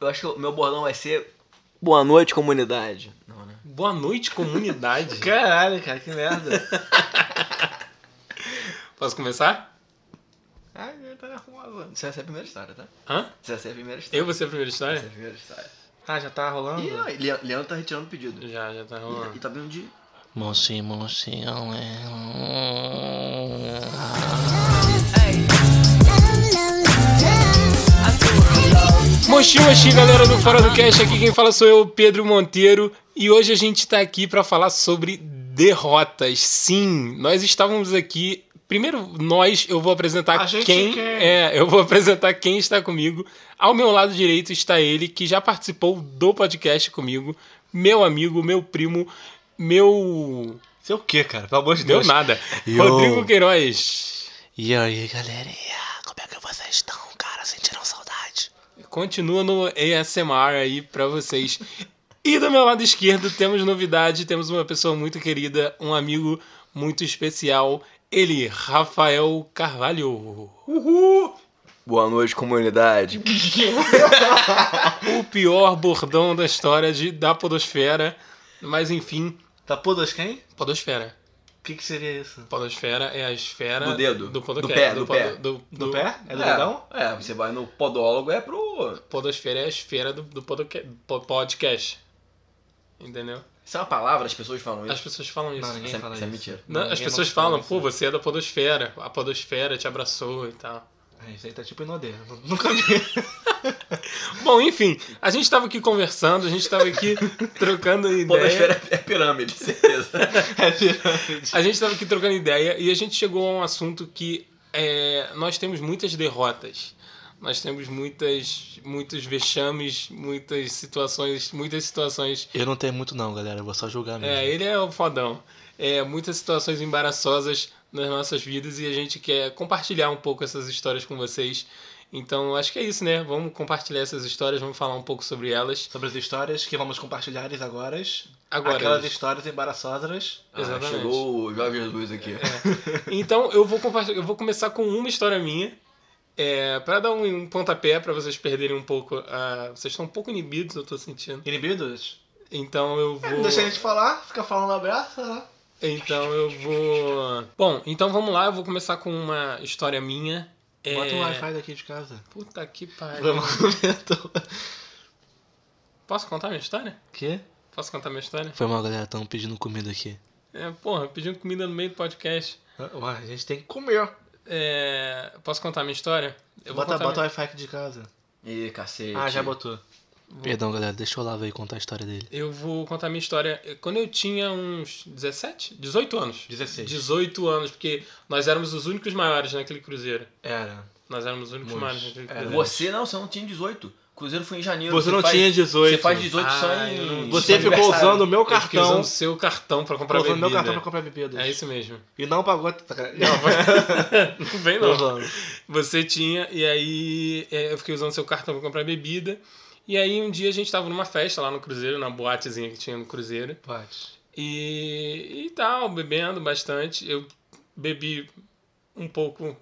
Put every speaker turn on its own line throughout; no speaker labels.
Eu acho que o meu bordão vai ser Boa noite, comunidade. Não, né?
Boa noite, comunidade.
Caralho, cara, que merda.
Posso começar?
Ai, meu, tá nervosa. Isso vai ser a primeira história, tá?
Hã?
Isso vai ser a primeira história.
Eu vou ser a primeira
Essa é a
história?
primeira história.
Ah, já tá rolando?
Ih, ó, e Le- Leandro tá retirando o pedido. E-
Já, já tá
E
rolando.
tá vindo de.
Mocinho, mocinho, é... Mochi, mochi, galera do Fora do Cast, aqui quem fala sou eu, Pedro Monteiro, e hoje a gente tá aqui pra falar sobre derrotas. Sim, nós estávamos aqui. Primeiro, nós, eu vou apresentar
A gente
quem.
quer.
É, eu vou apresentar quem está comigo. Ao meu lado direito está ele, que já participou do podcast comigo, meu amigo, meu primo, meu.
Sei é o que, cara? Pelo amor de
Deu
Deus.
nada.
Yo.
Rodrigo Queiroz.
E aí, galerinha? Como é que vocês estão, cara? Sentiram saudade?
Continua no ASMR aí pra vocês. E do meu lado esquerdo temos novidade, temos uma pessoa muito querida, um amigo muito especial, ele, Rafael Carvalho.
Boa noite, comunidade.
O pior bordão da história de, da podosfera, mas enfim,
Tá podas quem?
podosfera.
O que, que seria isso?
Podosfera é a esfera...
Do dedo.
Do,
Do pé, do
pod-
pé.
Do,
Do,
do-
pé? É do dedão?
É, você vai no podólogo, é pro.
Podosfera é a esfera do, do podca- po- podcast. Entendeu?
Isso é uma palavra, as pessoas falam
As
isso.
pessoas falam isso.
Não, ninguém
Isso é-
fala
isso é
isso.
mentira.
Não, as
Ninguém
pessoas
não
falam,
isso.
pô, você é da Podosfera, a Podosfera te abraçou e tal.
É, isso aí tá tipo inodê. Nunca vi.
Bom, enfim, a gente tava aqui conversando, a gente tava aqui trocando ideia.
Podosfera é pirâmide, certeza.
É pirâmide.
A gente tava aqui trocando ideia e a gente chegou a um assunto que é, nós temos muitas derrotas. Nós temos muitas, muitos vexames, muitas situações, muitas situações
Eu não tenho muito, não, galera. Eu vou só julgar
É, ele é o fodão. É, muitas situações embaraçosas nas nossas vidas e a gente quer compartilhar um pouco essas histórias com vocês. Então, acho que é isso, né? Vamos compartilhar essas histórias, vamos falar um pouco sobre elas.
Sobre as histórias que vamos compartilhar agora.
Agora.
Aquelas histórias embaraçosas. É,
Ah,
Exatamente.
chegou o Jorge Jesus aqui.
Então, eu vou, compartil- eu vou começar com uma história minha. É, para dar um, um pontapé, para vocês perderem um pouco. a- Vocês estão um pouco inibidos, eu tô sentindo.
Inibidos?
Então, eu vou.
Não É, Deixa a gente falar, fica falando abraço. né?
Então, eu vou. Bom, então vamos lá, eu vou começar com uma história minha. É,
Bota um wi-fi daqui de casa.
Puta que pariu.
Vamos momento.
Posso contar minha história?
Quê?
Posso contar minha história?
Foi mal, galera. Estão pedindo comida aqui.
É, porra, pedindo comida no meio do podcast.
Ah, Ué, a gente tem que comer.
É, posso contar minha história?
Bota,
contar
bota o
minha-
Wi-Fi aqui de casa.
Ih, cacete.
Ah, já botou.
Vou-
Perdão, galera, deixa o Olavo aí contar a história dele.
Eu vou contar minha história. É, Quando eu tinha uns 17, 18 anos.
16.
18 anos, porque nós éramos os únicos maiores naquele cruzeiro.
Era.
Nós éramos os únicos
Muito.
maiores naquele
É,
cruzeiro.
Você não, você não tinha 18. Cruzeiro foi em janeiro.
Você não
faz-
tinha 18.
Você faz 18 só
Ah, eu
em.
não-
Você
só no
ficou
aniversário.
usando o é meu
Eu fiquei usando
cartão.
o seu cartão pra comprar
Ficou usando
bebida.
meu cartão pra comprar bebidas.
É isso mesmo.
E não pagou. tá, Não,
Não, vai... não vem não.
usando.
Você tinha, e aí é, eu fiquei usando seu cartão pra comprar bebida. E aí um dia a gente tava numa festa lá no Cruzeiro, na boatezinha que tinha no Cruzeiro.
Pode.
E, e tal, bebendo bastante. Eu bebi um pouco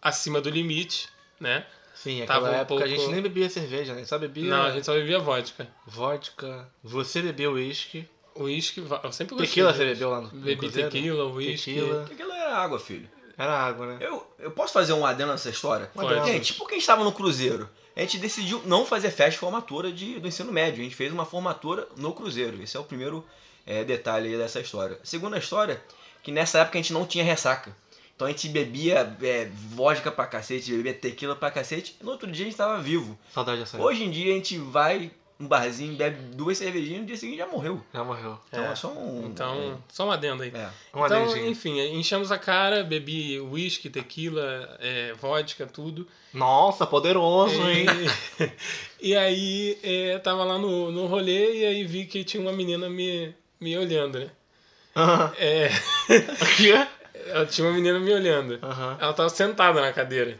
acima do limite, né?
Sim,
Tava
naquela
um
época a
pouco-
gente nem bebia cerveja, né? Só bebia
Não, a gente só bebia vodka.
vodka. Você bebeu uísque.
Uísque, vo- eu sempre gostei.
Tequila
de-
você bebeu lá no no
Bebi
cruzeiro?
tequila, uísque.
Tequila.
Aquilo era água, filho.
Era água, né?
Eu, eu posso fazer um adendo nessa história?
Uma
Pode.
delas.
Gente, porque a gente estava no Cruzeiro, a gente decidiu não fazer festa de formatura de, do ensino médio. A gente fez uma formatura no Cruzeiro. Esse é o primeiro eh, detalhe aí dessa história. A segunda história, que nessa época a gente não tinha ressaca. Então a gente bebia eh, vodka pra cacete, bebia tequila pra cacete. E no outro dia a gente tava vivo.
Saudade dessa época.
Hoje em dia a gente vai num barzinho, bebe duas cervejinhas e no dia seguinte já morreu.
Já morreu.
Então
É.
é, só um...
Então, só uma adenda aí.
É.
Uma
então,
beijinha.
enfim, enchemos a cara, bebi uísque, tequila, é, vodka, tudo.
Nossa, poderoso, hein?
É, E, e aí, é, tava lá no, no rolê e aí vi que tinha uma menina me, me olhando, né?
Aham.
É,
Aqui?
ela tinha uma menina me olhando.
Aham.
Ela tava sentada na cadeira.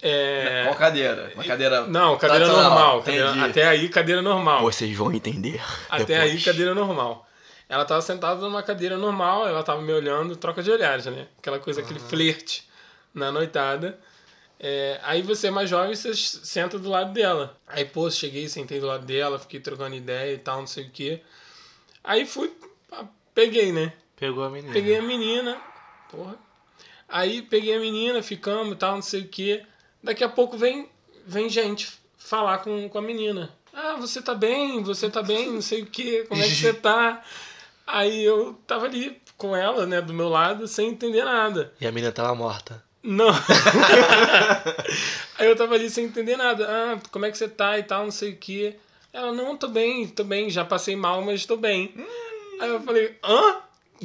É,
Qual cadeira? Uma cadeira...
não, cadeira
Tradicional,
normal. cadeira-
tá, entendi.
até aí, cadeira normal.
Ah, Vocês vão entender.
Até
depois.
aí, cadeira normal. Ela tava sentada numa cadeira normal, ela tava me olhando, troca de olhares, né? Aquela coisa, aquele flerte na noitada. É, aí você é mais jovem, você s- senta do lado dela. Aí, pô, cheguei, sentei do lado dela, fiquei trocando ideia e tal, não sei o quê. Aí fui, pá, peguei, né?
Pegou a menina.
Peguei a menina, porra. Aí peguei a menina, ficamos e tal, não sei o que. Daqui a pouco vem, vem gente falar com, com a menina. Ah, você tá bem, você tá bem, não sei o que, como é que você tá? Aí eu tava ali com ela, né, do meu lado, sem entender nada.
E a menina tava morta.
Não. Aí eu tava ali sem entender nada. Ah, como é que você tá e tal, não sei o que. Ela, não, tô bem, tô bem, já passei mal, mas tô bem. Aí eu falei, hã?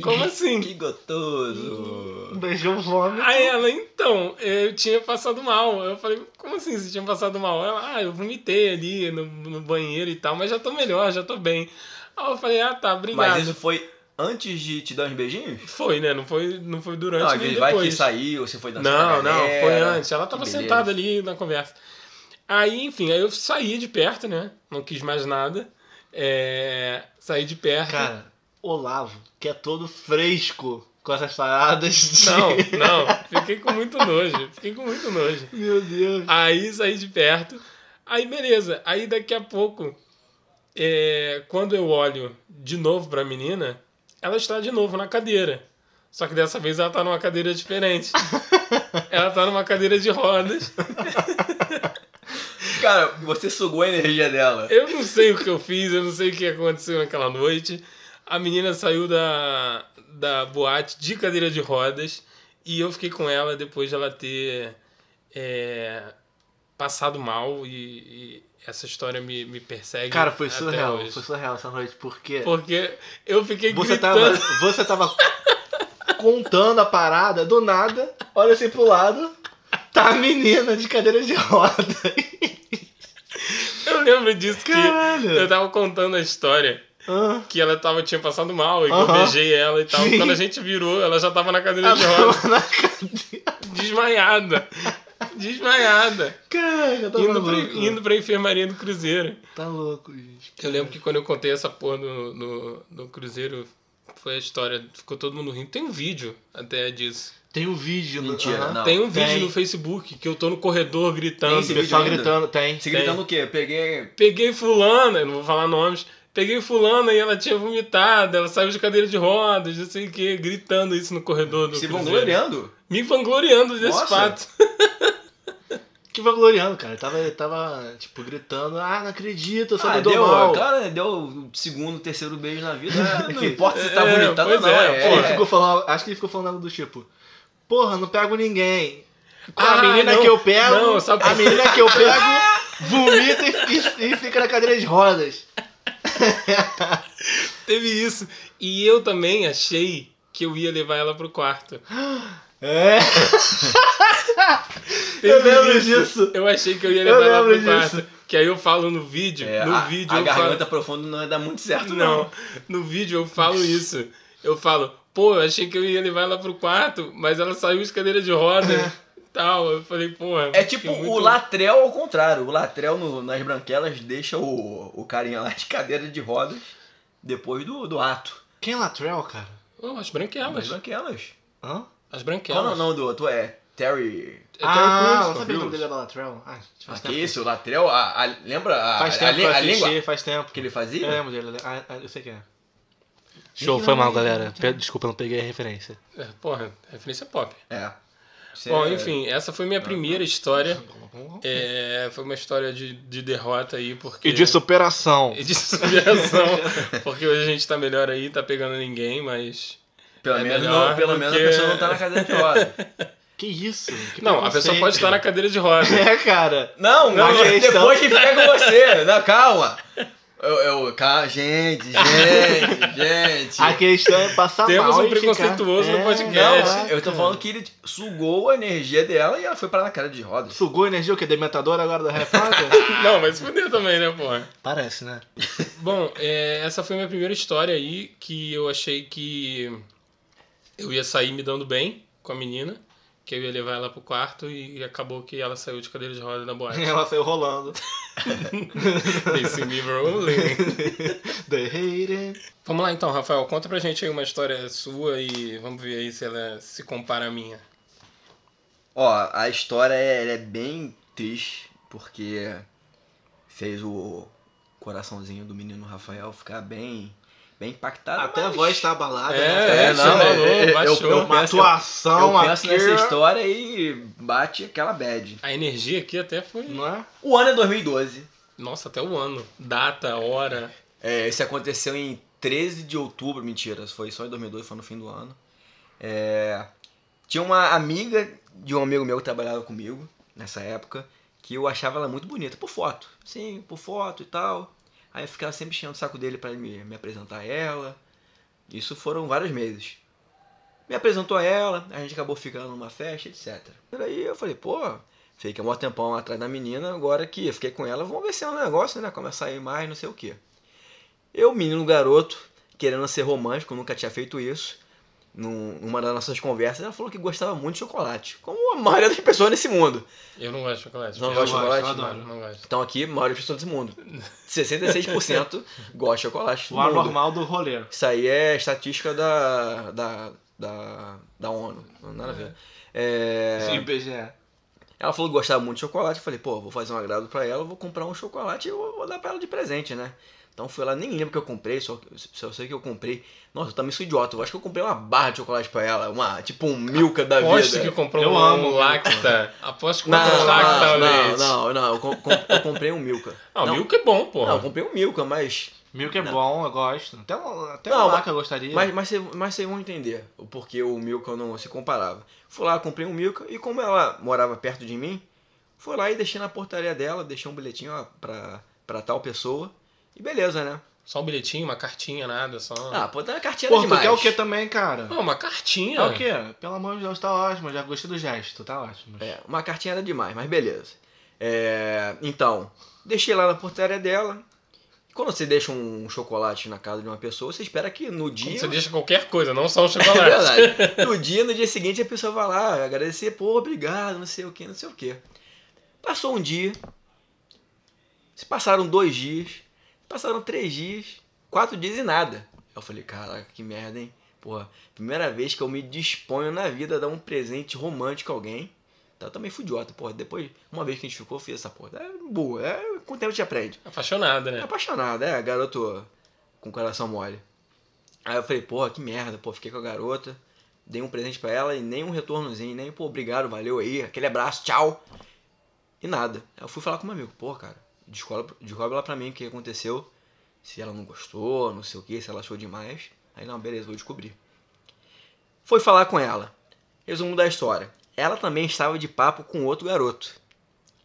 Como assim?
Que gostoso!
Beijou o vômito.
Aí ela, então, eu tinha passado mal. Eu falei, como assim você tinha passado mal? Ela, ah, eu vomitei ali no, no banheiro e tal, mas já tô melhor, já tô bem. Aí eu falei, ah tá, obrigado.
Mas isso foi antes de te dar uns beijinhos?
Foi, né? Não foi, não foi durante
Não, às
nem
vezes vai que
depois.
saiu, você foi dançar com
não,
a
não,
galera.
foi antes. Ela tava
Que beleza.
sentada ali na conversa. Aí, enfim, aí eu saí de perto, né? Não quis mais nada. É, saí de perto.
Cara, Olavo, que é todo fresco com essas paradas. de-
Não, não, fiquei com muito nojo. Fiquei com muito nojo.
Meu Deus.
Aí saí de perto. Aí beleza. Aí daqui a pouco, é, quando eu olho de novo pra menina, ela está de novo na cadeira. Só que dessa vez ela tá numa cadeira diferente. ela tá numa cadeira de rodas.
Cara, você sugou a energia dela.
Eu não sei o que eu fiz, eu não sei o que aconteceu naquela noite. A menina saiu da, da boate de cadeira de rodas e eu fiquei com ela depois de ela ter é, passado mal e, e essa história me, me persegue.
Cara, foi
até
surreal.
hoje.
Foi surreal essa noite, porque
Porque eu fiquei
você tava,
gritando.
você tava contando a parada, do nada, olha assim pro lado, tá a menina de cadeira de roda.
Eu lembro disso que
Caralho.
eu tava contando a história.
Ah,
Que ela tava, tinha passado mal e que eu
Aham.
beijei ela e tal.
Sim.
Quando a gente virou, ela já tava na cadeira
ela
de rodas.
Ah, tava na cadeira.
Desmaiada. Desmaiada.
Caralho, tá
Indo pra,
maluco.
indo pra enfermaria do Cruzeiro.
Tá louco, gente.
Eu lembro que quando eu contei essa porra no, no, no Cruzeiro, foi a história. Ficou todo mundo rindo. Tem um vídeo até disso.
Tem um vídeo no-
Mentira,
aham.
não.
tem um vídeo
tem.
no Facebook que eu tô no corredor
Tem
gritando.
esse
O pessoal
vídeo ainda?
gritando, tem.
Você gritando o quê? Eu peguei.
Peguei fulana, eu não vou falar nomes. Peguei fulana e ela tinha vomitado, ela saiu de cadeira de rodas, não sei o que, gritando isso no corredor do
Se
Cruzeiro.
vangloriando?
Me vangloriando desse
Nossa.
fato.
Que vangloriando, cara. Ele tava, ele tava, tipo, gritando, ah, não acredito, eu só
Ah,
me dou
deu,
mal.
cara, deu o segundo, terceiro beijo na vida. Ah, não
É,
importa se tá
é,
bonitado ou
pois
não.
é,
É,
Pô, ele
é.
ficou falando, acho que ele ficou falando algo do tipo, porra, não pego ninguém. Com
Ah,
a menina
não.
que eu pego,
Não, sabe-
a menina que eu pego, vomita e, e- e fica na cadeira de rodas.
Teve isso. E eu também achei que eu ia levar ela pro quarto.
É.
Teve
Eu lembro disso.
Eu achei que eu ia
Eu
levar ela pro
lembro disso.
quarto. Que aí eu falo no vídeo.
É,
no
a,
vídeo
a
eu falo.
garganta profunda não ia dar muito certo, não.
Não, no vídeo eu falo isso. Eu falo, pô, eu achei que eu ia levar ela pro quarto, mas ela saiu de cadeira de roda e tal. Eu falei, pô.
É tipo
fiquei
o
muito-
latrel ao contrário. O latrel no- nas branquelas deixa o, o carinha lá de cadeira de rodas depois do, do ato.
Quem é Latrell, cara?
Oh, as
Nas
branquelas.
branquelas.
Hã?
Qual
As
é o
branquelas.
nome do outro? É Terry.
É Terry
ah,
Crews,
eu não sabia o nome
Crews.
dele era Latrell. Ah,
Ah,
faz
que
tempo.
isso? O latrel, a, a- lembra
ah,
a,
Faz
a,
tempo
li-
que eu
a língua
assisti, faz tempo.
que ele fazia?
Eu lembro dele, ah, ah, eu sei quem é.
Show,
Show,
foi
foi
mal,
mal,
galera.
galera. Desculpa, não peguei a referência.
É, porra, referência pop.
É. Você-
Bom, enfim, essa foi minha primeira história. É, foi uma história de, de derrota aí, porque.
superação.
E de superação. porque hoje a gente tá melhor aí, tá pegando ninguém, mas.
Pelo,
é
menos,
melhor
não- pelo
do
menos
que-
a pessoa não tá na cadeira de rodas.
Que isso? Que
Não, a pessoa pode estar na cadeira de rodas.
É, cara.
Não,
Não,
mas
gente,
depois que fica com você. Não, calma. Eu, eu, calma, gente, gente, gente.
A questão é passar
Temos
mal
um
e ficar- É,
preconceituoso no podcast.
não,
caraca.
É, eu tô falando que ele sugou a energia dela e ela foi parar na cara de rodas.
Sugou energia, o que? Dementador agora da Harry Potter?
Não, mas fudeu também, né, porra?
Parece, né?
Bom, é, essa foi minha primeira história aí que eu achei que eu ia sair me dando bem com a menina, que eu ia levar ela pro quarto e acabou que ela saiu de cadeira de roda na boate.
Ela saiu rolando.
Esse livro rolling.
The Hated.
Vamos lá então, Rafael, conta pra gente aí uma história sua e vamos ver aí se ela se compara à minha.
Ó, a história é, ela é bem triste, porque fez o coraçãozinho do menino Rafael ficar bem, bem impactado.
Até a
mas
voz tá abalada.
É,
né?
é, não,
Isso,
é,
né?
é,
baixou.
eu- eu
Uma
penso-
atuação
Eu penso
aqui,
nessa história e bate aquela bad.
A energia aqui até foi.
Não é?
O ano é 2012.
Nossa, até o ano. Data, hora.
É, isso aconteceu em 13 de outubro, mentira, foi só em 2002, foi no fim do ano. É, tinha uma amiga de um amigo meu que trabalhava comigo nessa época, que eu achava ela muito bonita, por foto. Sim, por foto e tal. Aí eu ficava sempre enchendo o saco dele pra ele me, me apresentar a ela. Isso foram vários meses. Me apresentou a ela, a gente acabou ficando numa festa, etc. Aí eu falei, pô, fiquei um maior tempão atrás da menina, agora que eu fiquei com ela, vamos ver se é um negócio, né? Começar a ir mais, não sei o quê. Eu, menino garoto, querendo ser romântico, nunca tinha feito isso. num- Numa das nossas conversas, ela falou que gostava muito de chocolate, como a maioria das pessoas nesse mundo.
Eu não gosto de chocolate.
Não
Eu
gosto de chocolate?
eu
Não.
adoro, não gosto.
Então aqui, a maioria das pessoas desse mundo. 66% gosta de chocolate.
O
no mundo.
anormal do rolê.
Isso aí é estatística da, da, da, da ONU. Não, nada a ver. É,
Sim, BGE.
Ela falou que gostava muito de chocolate. Eu falei, pô, vou fazer um agrado pra ela, vou comprar um chocolate e vou, vou dar pra ela de presente, né? Então fui lá, nem lembro o que eu comprei, só, só sei que eu comprei. Nossa, eu também sou idiota. Eu acho que eu comprei uma barra de chocolate pra ela, uma, tipo um milka da
Aposto
vida.
que comprou
Eu
um
amo.
Lacta. Aposto que
Não,
comprou um Lacta
não,
ao
não,
leite.
não, não, eu, com- com- eu comprei um milka.
Ah,
Não.
o Milk é bom,
Não, eu
porra.
comprei um milka, mas
Milk é
Não.
bom, eu gosto. um, Até, o- até
Não,
o Laca eu gostaria.
Mas, mas, cê- mas vocês vão entender o porquê o Milka não se comparava. Fui lá, comprei um Milka e como ela morava perto de mim, fui lá e deixei na portaria dela, deixei um bilhetinho ó, pra, pra tal pessoa. E beleza, né?
Só um bilhetinho, uma cartinha, nada, só.
Ah, pô, tá na cartinha
Pô, tu
demais.
quer o que também, cara?
Não, uma cartinha.
É o quê? Pelo amor de Deus, tá ótimo. Já gostei do gesto, tá ótimo.
É, uma cartinha era demais, mas beleza. É, então, deixei lá na portaria dela. Quando você deixa um chocolate na casa de uma pessoa, você espera que no dia...
Quando Você deixa qualquer coisa, não só um
É
chocolate.
verdade. No dia, no dia seguinte, a pessoa vai lá "Ah, agradecer, pô, obrigado, não sei o que, não sei o que. Passou um dia, se passaram dois dias, se passaram três dias, quatro dias e nada. Eu falei, caraca, que merda, hein? Porra, primeira vez que eu me disponho na vida a dar um presente romântico a alguém. Então eu também fui idiota, porra. Depois, uma vez que a gente ficou, eu fiz essa porra. É boa, é, com o tempo te aprende.
Apaixonada, né?
Apaixonada, é, garoto com coração mole. Aí eu falei, porra, que merda, pô, fiquei com a garota, dei um presente pra ela e nem um retornozinho, nem, pô, obrigado, valeu aí, aquele abraço, tchau. E nada. Aí eu fui falar com meu amigo, pô, cara, descobre, descobre lá pra mim o que aconteceu, se ela não gostou, não sei o que, se ela achou demais. Aí, não, beleza, vou descobrir. Foi falar com ela. Resumo da história. Ela também estava de papo com outro garoto.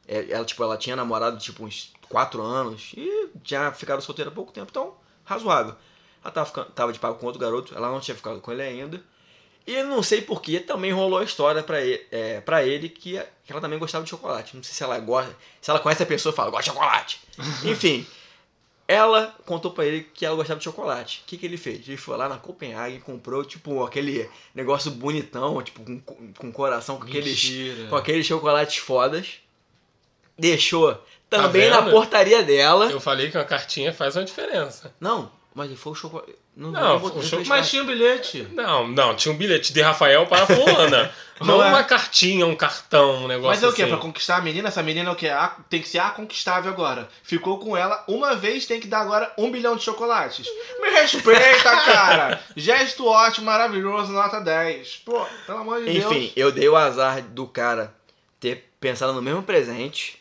É, Ela, tipo, ela tinha namorado, tipo, uns 4 anos e tinha ficado solteira há pouco tempo, então, razoável. Ela tava, ficando- tava de papo com outro garoto, ela não tinha ficado com ele ainda. E não sei porquê, também rolou a história pra ele, é, pra ele que, que ela também gostava de chocolate. Não sei se ela gosta, se ela conhece a pessoa e fala, gosta de chocolate. Enfim, ela contou pra ele que ela gostava de chocolate. O que, que ele fez? Ele foi lá na Copenhague e comprou, tipo, aquele negócio bonitão, tipo, com, com coração, com aqueles
É.
Mentira.
com aqueles chocolates fodas. Deixou também na
Tá vendo?
portaria dela.
Eu falei que uma cartinha faz uma diferença.
Não, mas foi o chocolate. Não,
Não,
não vou-
foi
não
o cho-
fez
Mas
parte.
tinha um bilhete.
Não, não, tinha um bilhete de Rafael para fulana. não
Não é.
uma cartinha, um cartão, um negócio
Mas é o quê?
assim.
Pra conquistar a menina? Essa menina é o quê? A- tem que ser a conquistável agora. Ficou com ela uma vez, tem que dar agora um bilhão de chocolates. Me respeita, cara! Gesto ótimo, maravilhoso, nota 10. Pô, pelo amor de
Enfim,
Deus.
eu dei o azar do cara ter pensado no mesmo presente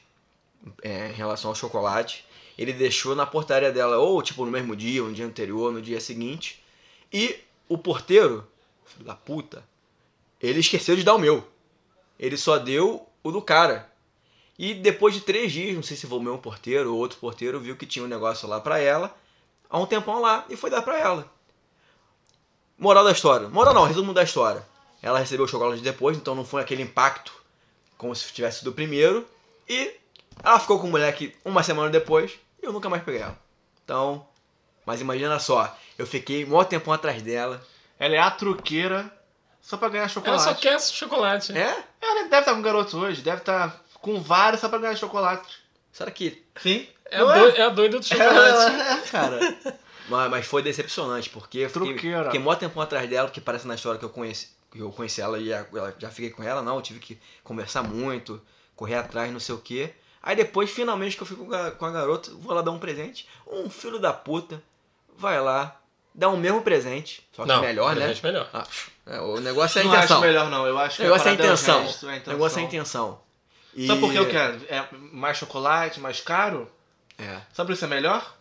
é, em relação ao chocolate. Ele deixou na portaria dela, ou tipo no mesmo dia, ou no dia anterior, no dia seguinte. E o porteiro, filho da puta, ele esqueceu de dar o meu. Ele só deu o do cara. E depois de três dias, não sei se foi o meu porteiro ou outro porteiro, viu que tinha um negócio lá pra ela, há um tempão lá, e foi dar pra ela. Moral da história. Moral não, resumo da história. Ela recebeu o chocolate depois, então não foi aquele impacto como se tivesse sido o primeiro. E ela ficou com o moleque uma semana depois e eu nunca mais peguei ela. Então, mas imagina só, eu fiquei um maior tempão atrás dela.
Ela é a truqueira só pra ganhar
Ela
chocolate.
só quer chocolate.
É?
Ela deve estar com garoto hoje, deve estar com vários só pra ganhar chocolate.
Será que.
Sim.
É,
Não
a
é?
doi- é a doida do chocolate.
é, cara.
Mas, mas foi decepcionante, porque eu fiquei,
Truqueira.
fiquei maior tempão atrás dela, que parece na história que eu conheci. Eu conheci ela e já, ela- já fiquei com ela, não. Eu tive que conversar muito, correr atrás, não sei o quê. Aí depois, finalmente, que eu fico com a, com a garota, vou lá dar um presente. Um filho da puta vai lá, dá o mesmo presente,
é
só que melhor, né?
presente melhor.
Ah, pff, é, o negócio é a
não acho
intenção.
melhor, não. Eu acho que
O negócio é a
parada
intenção.
o resto, é a
O negócio é a intenção. E...
Sabe por que eu quero? É mais chocolate, mais caro?
É.
Sabe por isso é melhor?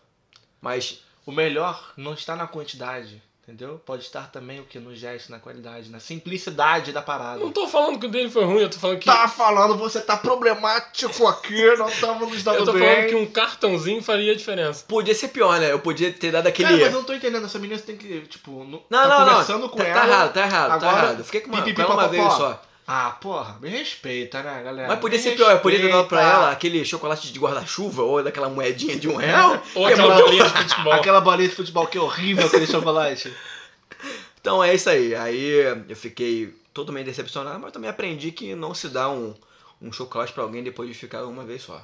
Mas
O melhor não está na quantidade, entendeu? Pode estar também o que? No gesto, na qualidade, na simplicidade da parada.
Não tô falando que o dele foi ruim, eu tô falando que.
Tá falando, você tá problemático aqui, não estamos nos dando
eu tô
tá bem.
falando que um cartãozinho faria diferença.
podia ser pior, né? Eu podia ter dado aquele.
Cara, mas eu não tô entendendo, essa menina você tem que, tipo, não,
é. Não,
tá
não, não.
conversando com
tá,
ela.
tá errado, tá errado, tá
agora,
errado. Eu fiquei com uma,
pipipi,
com ela uma
papapó.
vez só.
Ah, porra, me respeita, né, galera?
Mas podia
Me
ser pior, eu podia ter dado pra
respeita.
ela aquele chocolate de guarda-chuva ou daquela moedinha de um real.
Ou
Que é
aquela
bom.
bolinha de futebol.
Aquela bolinha de futebol que é horrível aquele chocolate.
Então é isso aí. Aí eu fiquei totalmente decepcionado, mas também aprendi que não se dá um, um chocolate pra alguém depois de ficar uma vez só.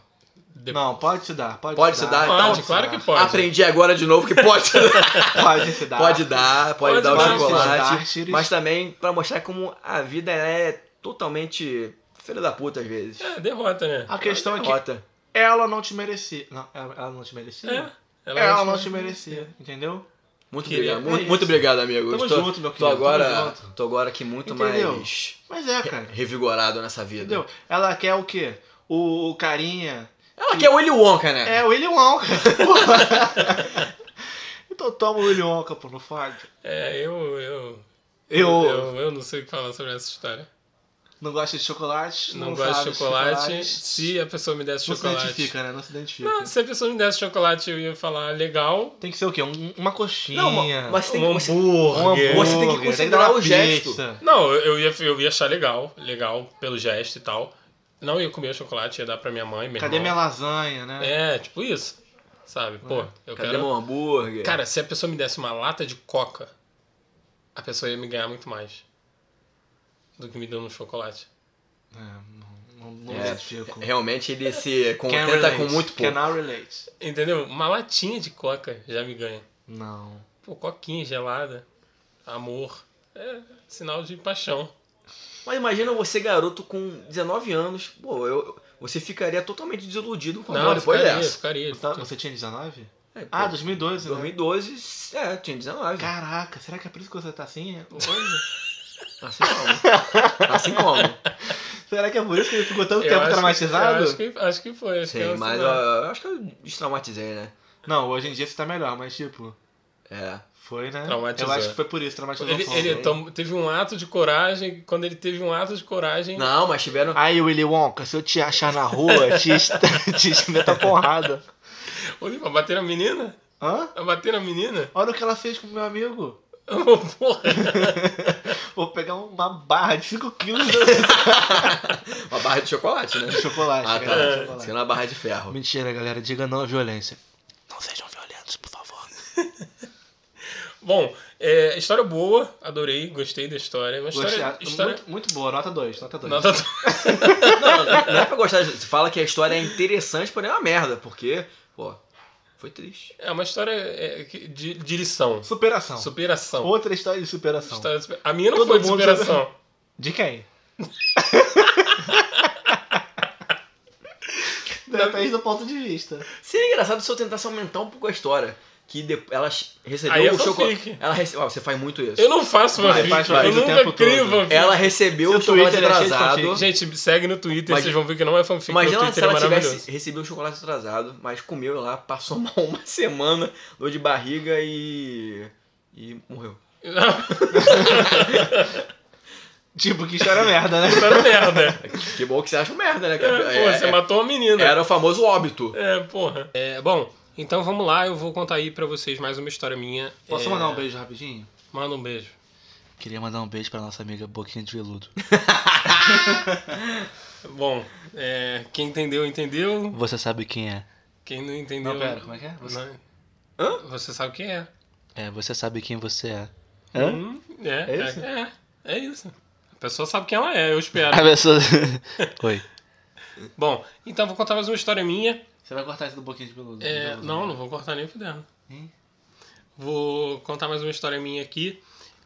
De-
Não, pode se dar, pode,
Pode
se
se
dar.
dar, então?
Pode, claro que pode.
Aprendi agora de novo que pode se dar.
Pode se dar.
Pode dar, pode,
Pode
dar o
dar,
chocolate.
pode dar.
mas também pra mostrar como a vida é totalmente filha da puta às vezes.
É, derrota, né?
A questão é que
Derrota.
ela não te merecia. Não, ela, ela não te merecia?
É.
Ela, não te merecia, entendeu?
Muito
Queria-
obrigado,
é
muito,
isso.
muito obrigado, amigo.
Tamo
Eu tô,
junto, meu
tô
querido. Tamo
agora,
junto.
tô agora aqui muito
Entendeu?
mais
Mas é,
re-
cara.
revigorado nessa vida.
Entendeu? Ela quer o quê? O, o carinha.
Ela quer É, o Willy Wonka, né?
É, o Willy Wonka. Porra. então toma o Willy Wonka, pô, não fode.
É, eu, eu,
Eu,
eu. Eu não sei o que falar sobre essa história.
não gosto de chocolate.
Não,
Não,
gosto
sabe
de chocolate.
chocolate.
Se a pessoa me desse
Não se
chocolate.
identifica, né? Não se identifica.
Não, se a pessoa me desse chocolate, eu ia falar legal.
Tem que ser o quê? Um- uma coxinha.
Não, ma- mas tem que.
um
Você,
hambúrguer.
Você tem que
hambúrguer,
considerar
dar uma
o gesto.
pizza.
Não, eu ia, eu ia achar legal, legal, pelo gesto e tal. Não ia comer o chocolate, ia dar pra minha mãe, meu
Cadê minha É.
irmão.
lasanha, né?
É, tipo isso. Sabe? Pô, eu
cadê
quero.
meu hambúrguer?
Cara, se a pessoa me desse uma lata de coca, a pessoa ia me ganhar muito mais do que me deu no chocolate.
É, não, não, não
É,
identifico.
Realmente ele se
Can
contenta com
relate.
muito pouco.
Can I relate?
Entendeu? Uma latinha de coca já me ganha.
Não.
Pô, coquinha gelada, amor. É sinal de paixão.
Mas imagina você, garoto, com 19 anos. Pô, eu, você ficaria totalmente desiludido com o amor depois
ficaria,
dessa.
ficaria.
Tá- Você tinha 19?
É, pô,
Ah, 2012, né?
2012, é, tinha 19.
Caraca, será que é por isso que você tá assim hoje?
Assim como? assim como?
será que é por isso que ele ficou tanto
Eu
tempo
acho que-
traumatizado?
eu Acho que, acho que foi. Acho que é
Sim,
um
assim, né?
mas eu,
sinal.
eu acho que eu destraumatizei, né?
Não, hoje em dia você tá melhor, mas tipo,
É.
foi, né?
Traumatizou.
Eu acho que foi por isso, traumatizou
Ele,
fogo.
ele tom- teve um ato de coragem. Quando ele teve um ato de coragem,
Não, mas tiveram.
Aí, Willy Wonka, se eu te achar na rua, te, te meto a porrada.
Olha, bateram a menina?
Hã?
Bateram a menina?
Olha o que ela fez com o meu amigo.
Ô, Porra!
Vou pegar uma barra de 5 quilos
Uma barra de chocolate, né?
de chocolate.
Ah,
cara, de
tá.
chocolate.
Sendo uma barra de ferro.
Mentira, galera. Diga não à violência.
Não sejam violentos, por favor.
Bom, é, história boa, adorei, gostei da história. Uma história.
Gostei.
história...
Muito, muito boa. Nota 2. Nota 2.
Nota-
Não, não é pra gostar. Você fala que a história é interessante, porém é uma merda, porque, pô, foi triste.
É uma história é, que- de, de lição.
Superação.
Superação.
Outra história de superação.
História de super- A minha não
Todo
foi de
mundo-
superação.
De quem? Depende do ponto de vista.
Seria engraçado se eu tentasse aumentar um pouco a história. Que de... ela recebeu
Aí é
o chocolate.
fanfic.
Ela rece... Ó, você faz muito isso.
Eu não faço
Vai,
fanfic.
faz
Eu
fanfic o
nunca
tempo
crio
todo.
fanfic.
Ela recebeu
Seu
o chocolate
Twitter é cheio de
atrasado.
fanfic.
Gente, segue no Twitter,
Mas-
vocês vão ver que não é fanfic. meu
Imagina se
Twitter é
ela
maravilhoso.
tivesse recebido o chocolate atrasado, mas comeu lá, passou mal uma semana, dor de barriga e. e morreu.
Tipo, que história merda, né?
História Tá merda.
Que bom que você acha merda, né?
É,
cara?
pô,
É,
você
é,
matou uma menina.
era o famoso óbito.
É, porra. É, bom, então vamos lá, eu vou contar aí pra vocês mais uma história minha.
Posso
É,
mandar um beijo rapidinho?
Manda um beijo.
Queria mandar um beijo pra nossa amiga Boquinha de Veludo.
Bom, é, quem entendeu, entendeu.
Você sabe quem é.
Quem não entendeu.
Não, pera, como é que é? Você-
Não.
Hã?
Você sabe quem é.
É, você sabe quem você é.
Hum, é,
É
é,
isso?
é, é isso. A pessoa sabe quem ela é, eu espero.
A pessoa... Oi.
Bom, então vou contar mais uma história minha.
Você vai cortar isso do Boquinha de Veludo?
É,
Veludo, né?
não, não vou cortar nem o fidel.
Hein?
Vou contar mais uma história minha aqui.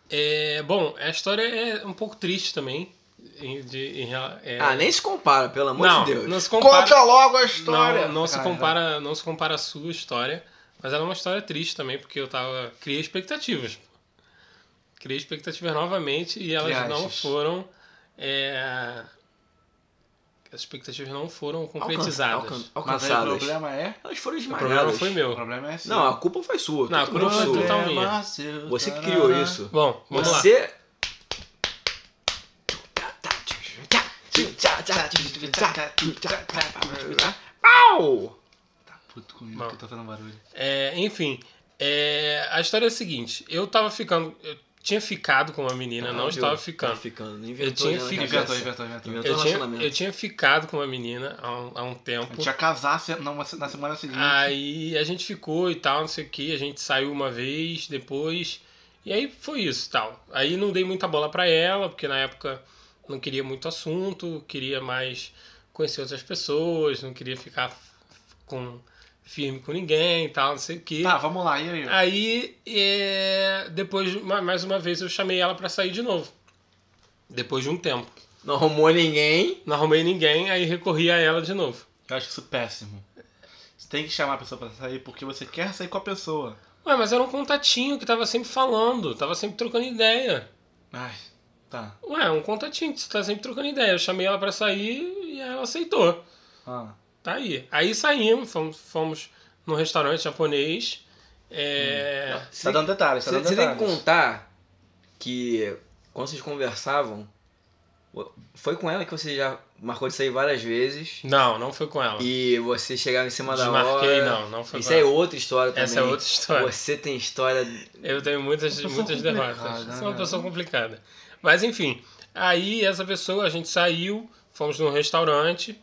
É, bom, a história é um pouco triste também. em- de- em rea- é-
Ah, nem se compara, pelo amor
não,
de Deus.
não se compara.
Conta logo a história.
Não, não se
Cara,
compara, não se compara a sua história, mas ela é uma história triste também, porque eu tava criei expectativas. Criei expectativas novamente e elas
Que
não
achas?
foram é, as expectativas não foram
Alcan-
concretizadas.
alcan-
Mas aí o
alcançadas.
problema é.
Elas foram
O problema
esmagadas.
foi
O
meu.
problema é seu.
Não, a culpa foi sua.
Não, a
tudo
culpa
bem,
foi
sua.
total minha.
seu,
Você que
tarará.
criou isso.
Bom, vamos lá.
Você. Pau!
Tá puto comigo
Não.
que eu tô fazendo barulho.
É, enfim, é, a história é a seguinte: eu tava ficando, eu tinha ficado com uma menina, não
Ah,
estava
viu?
Tá ficando.
Tava ficando.
Eu tinha
já na
ficado.
cabeça.
Inventou, inventou, inventou.
Inventou.
Eu tinha,
relacionamento.
eu tinha ficado com uma menina há um, há um
A
tempo.
gente ia casar se- não, na semana seguinte.
Aí a gente ficou e tal, não sei o que. A gente saiu uma vez depois. E aí foi isso tal. Aí não dei muita bola pra ela, porque na época não queria muito assunto, queria mais conhecer outras pessoas, não queria ficar com, firme com ninguém e tal, não sei o que.
Tá, vamos lá, e aí?
Aí, é, depois, ma- mais uma vez, eu chamei ela pra sair de novo. Depois de um tempo.
Não arrumou ninguém.
Não arrumei ninguém, aí recorri a ela de novo.
Eu acho isso péssimo. Você tem que chamar a pessoa pra sair porque você quer sair com a pessoa.
Ué, mas era um contatinho que tava sempre falando, tava sempre trocando ideia.
Ai, tá.
Ué, um contatinho que você tá sempre trocando ideia. Eu chamei ela pra sair e ela aceitou.
Ah,
Tá aí. Aí saímos, fomos, fomos num restaurante japonês. É,
tá dando detalhes, tá
Você,
dando
você tem que
detalhes.
contar que quando vocês conversavam, foi com ela que você já marcou de sair várias vezes.
Não, não foi com ela.
Hum. E você chegava em cima da
Desmarquei,
hora.
não, não foi
Isso
com ela.
é outra história também.
Essa é outra história.
Você tem história.
Eu tenho muitas,
Uma pessoa
muitas
complicada,
derrotas.
né,
Sou uma
cara?
pessoa complicada. Mas enfim, aí essa pessoa, a gente saiu, fomos num restaurante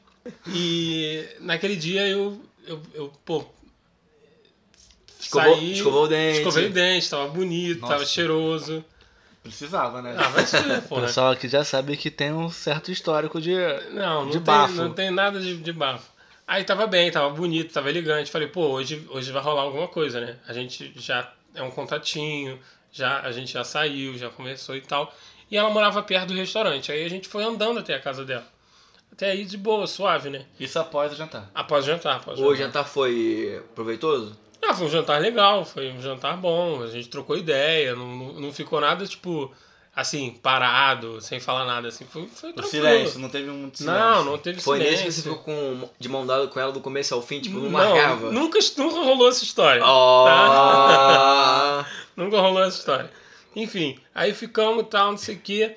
e naquele dia eu, eu, eu pô,
Escovou,
saí,
escovou o dente.
escovei o dente, tava bonito,
Nossa.
tava cheiroso.
Precisava, né?
Ah, vai ser,
O
porra.
pessoal aqui já sabe que tem um certo histórico de.
Não, não,
de
tem,
bafo.
não tem nada de, de bafo. Aí tava bem, tava bonito, tava elegante. Falei, pô, hoje, hoje vai rolar alguma coisa, né? A gente já é um contatinho, já, a gente já saiu, já conversou e tal. E ela morava perto do restaurante. Aí a gente foi andando até a casa dela. Até aí de boa, suave, né?
Isso após o jantar.
Após o jantar, após
O jantar foi proveitoso?
ah, foi um jantar legal, foi um jantar bom, a gente trocou ideia, não, não, não ficou nada, tipo, assim, parado, sem falar nada, assim, foi, foi
O
tranquilo.
silêncio, não teve um muito silêncio.
Não, não teve
Foi
silêncio.
nesse que você ficou com, de mão dada com ela do começo ao fim, tipo, não,
Não,
largava. Oh.
Nunca, nunca rolou essa história.
Ah.
Nunca rolou essa história. Enfim, aí ficamos tal, não sei o quê.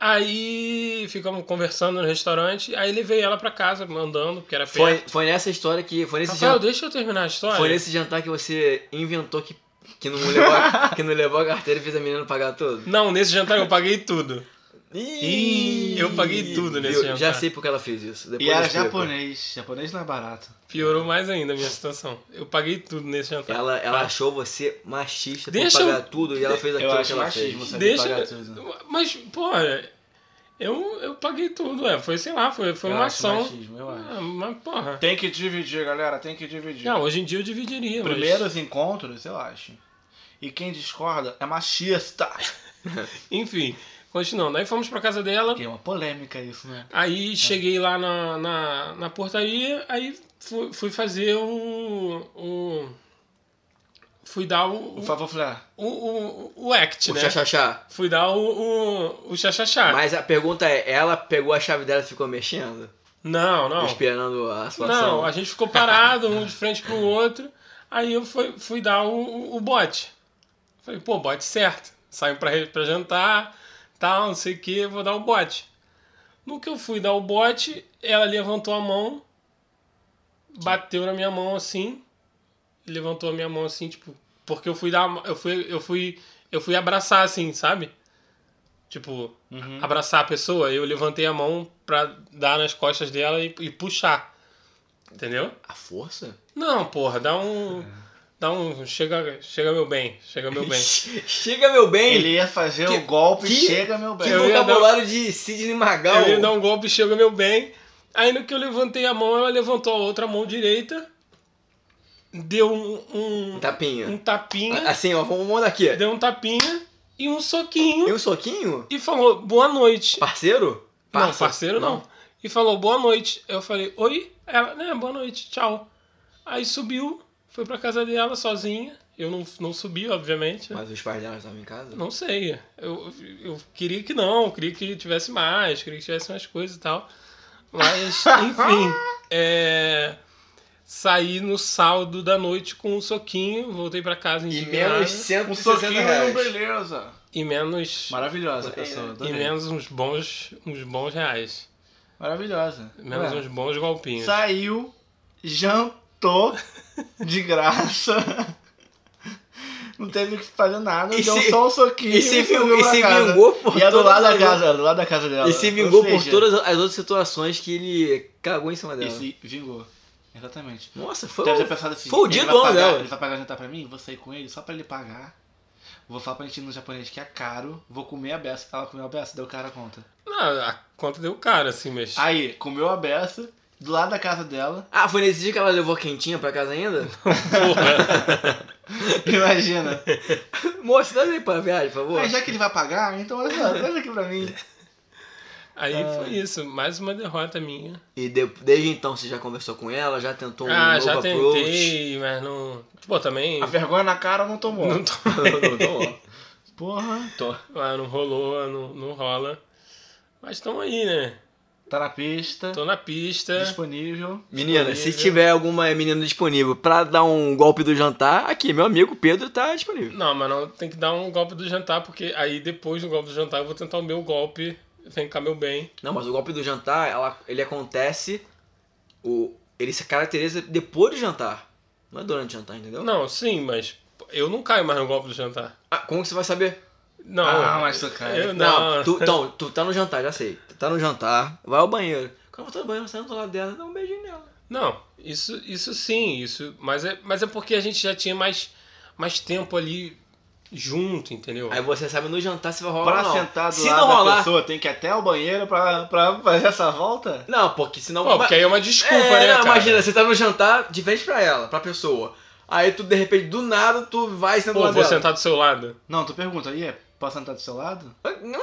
Aí ficamos conversando no restaurante. Aí levei ela pra casa, mandando, porque era perto.
foi, foi nessa história que. Foi nesse,
Rafael,
jantar,
deixa eu terminar a história.
foi nesse jantar que você inventou que, que, não levou a, que não levou a carteira e fez a menina pagar tudo.
Não, nesse jantar eu paguei tudo.
Ih,
eu paguei tudo nesse
viu?
jantar.
Já sei porque ela fez isso. Depois
E
eu
era
explico.
japonês. Japonês não é barato.
Piorou mais ainda a minha situação. Eu paguei tudo nesse jantar.
Ela, ela
Ah.
achou você machista
Deixa
por
eu-
pagar tudo e ela fez
Eu
aquilo que
acho
ela
machismo
fez.
saber
Deixa-
pagar tudo.
Mas, porra, eu, eu paguei tudo, é. Foi, sei lá, foi, foi
Eu
uma
acho
ação.
machismo, eu acho.
Ah, mas, porra.
Tem que dividir, galera, tem que dividir.
Não, hoje em dia eu dividiria, mas-
Primeiros encontros, eu acho. E quem discorda é machista.
Enfim, continuando. Aí fomos pra casa dela.
Que é uma polêmica isso, né?
Aí cheguei lá na, na, na portaria, aí fui, fui fazer o, o. Fui dar o.
Por
O,
favor, Flá.
o, o, o act,
O
né? Ah.
chachachá.
Fui dar o. O, o chachachá.
Mas a pergunta é, ela pegou a chave dela e ficou mexendo?
Não, não.
Esperando a situação?
Não, a gente ficou parado, um de frente pro outro. Aí eu fui, fui dar o, o, o bote. Falei, pô, bote certo. Saímos pra, re- pra jantar, tal, não sei o que, vou dar o bote. No que eu fui dar o bote, ela levantou a mão, bateu na minha mão assim, levantou a minha mão assim, tipo, porque eu fui dar, a mão- eu fui, eu fui, eu fui abraçar assim, sabe? Tipo,
Uhum.
abraçar a pessoa, eu levantei a mão pra dar nas costas dela e, e puxar. Entendeu?
A força?
Não, porra, dá um. Dá um. Chega, chega meu bem. Chega meu bem.
Chega, meu bem!
Ele ia fazer
Que-
o golpe,
que-
chega, meu
Que
bem.
eu ia dar-
vocabulário de Sidney Magal!
Eu ia dar um golpe, chega meu bem. Aí no que eu levantei a mão, ela levantou a outra mão direita, deu um, um,
Tapinha.
um Uhum. tapinha,
Assim, ó, vamos mandar aqui.
deu um tapinha e um soquinho
E um soquinho?
e falou boa noite.
Parceiro?
Não,
Parça?
parceiro não. E falou boa noite. Eu falei, oi? Ela, né, boa noite, tchau. Aí subiu, foi pra casa dela sozinha. Eu não, não subi, obviamente. né?
Mas os pais dela estavam em casa?
Não sei. Eu, eu queria que não, eu queria que tivesse mais, queria que tivesse mais coisas e tal. Mas, enfim. é, Saí no saldo da noite com um soquinho, voltei pra casa
E
indignado.
menos
Um
160
soquinho é um
reais.
beleza.
E menos.
Maravilhosa a
É,
pessoa.
E
adorei.
menos uns bons, uns bons reais.
Maravilhosa. é?
Menos
Ué.
uns bons golpinhos.
Saiu, jantou de graça. Não teve que fazer nada,
E
deu
se-
só um soquinho.
E se, ving-
um
subiu
e
pra
se
casa.
vingou por
E é do
todas
lado da
as
casa, do lado da casa dela.
outras- E se vingou
Ou
por
seja,
todas as outras situações que ele cagou em cima
E
dela.
se vingou. Exatamente.
Nossa, foi
Deve
um...
ter pensado assim.
foi o
ele
dia
vai
do ano
pagar-
dela.
Ele vai pagar jantar pra mim? Vou sair com ele só pra ele pagar. Vou falar pra gente ir no japonês que é caro. Vou comer a beça. Ela comeu a beça, deu cara a conta.
Não, a conta deu cara, assim, mas.
Aí, comeu a beça, do lado da casa dela.
Ah, foi nesse dia que ela levou a quentinha pra casa ainda?
Porra.
Imagina.
Moço, dá aí pra viagem, por favor.
Mas já que ele vai pagar, então olha só, traz aqui pra mim.
Aí
Ah.
foi isso. Mais uma derrota minha.
E de- desde então você já conversou com ela, já tentou um
ah,
novo
já
approach.
tentei, mas não. Pô, também.
A vergonha na cara não tomou.
Não tô
Não, não, não.
Porra.
Ah, não rolou, não, não rola. Mas estamos aí, né?
Tá na pista,
Tô na pista.
disponível.
Menina, se
Disponível.
tiver alguma menina disponível pra dar um golpe do jantar, aqui, meu amigo Pedro tá disponível.
Não, mas não tem que dar um golpe do jantar, porque aí depois do golpe do jantar eu vou tentar o meu golpe. Vem cá, meu bem.
Não, mas o golpe do jantar, ela- ele acontece. O, ele se caracteriza depois do jantar. Não é durante o jantar, entendeu?
Não, sim, mas eu não caio mais no golpe do jantar.
Ah, como que você vai saber?
Não.
Ah, mas tu cai.
Eu não.
tu, então, tu tá no jantar, já sei. Tu tá no jantar, vai ao banheiro. Quando eu tô no banheiro, saindo do lado dela, dá um beijinho nela.
Não, isso, isso sim, isso. Mas é, mas é porque a gente já tinha mais, mais tempo ali junto, entendeu?
Aí você sabe no jantar se vai rolar
Pra
ou não.
sentar do
se
lado
não rolar,
da pessoa, tem que ir até o banheiro pra, pra fazer essa volta?
Não, porque senão...
Pô, porque aí é uma desculpa,
é,
né,
não,
cara?
imagina, você tá no jantar de frente pra ela, pra pessoa. Aí tu, de repente, do nada, tu vai sentando
Pô,
lá
vou
dela.
sentar do seu lado.
Não, tu pergunta, aí, posso sentar do seu lado?
Não,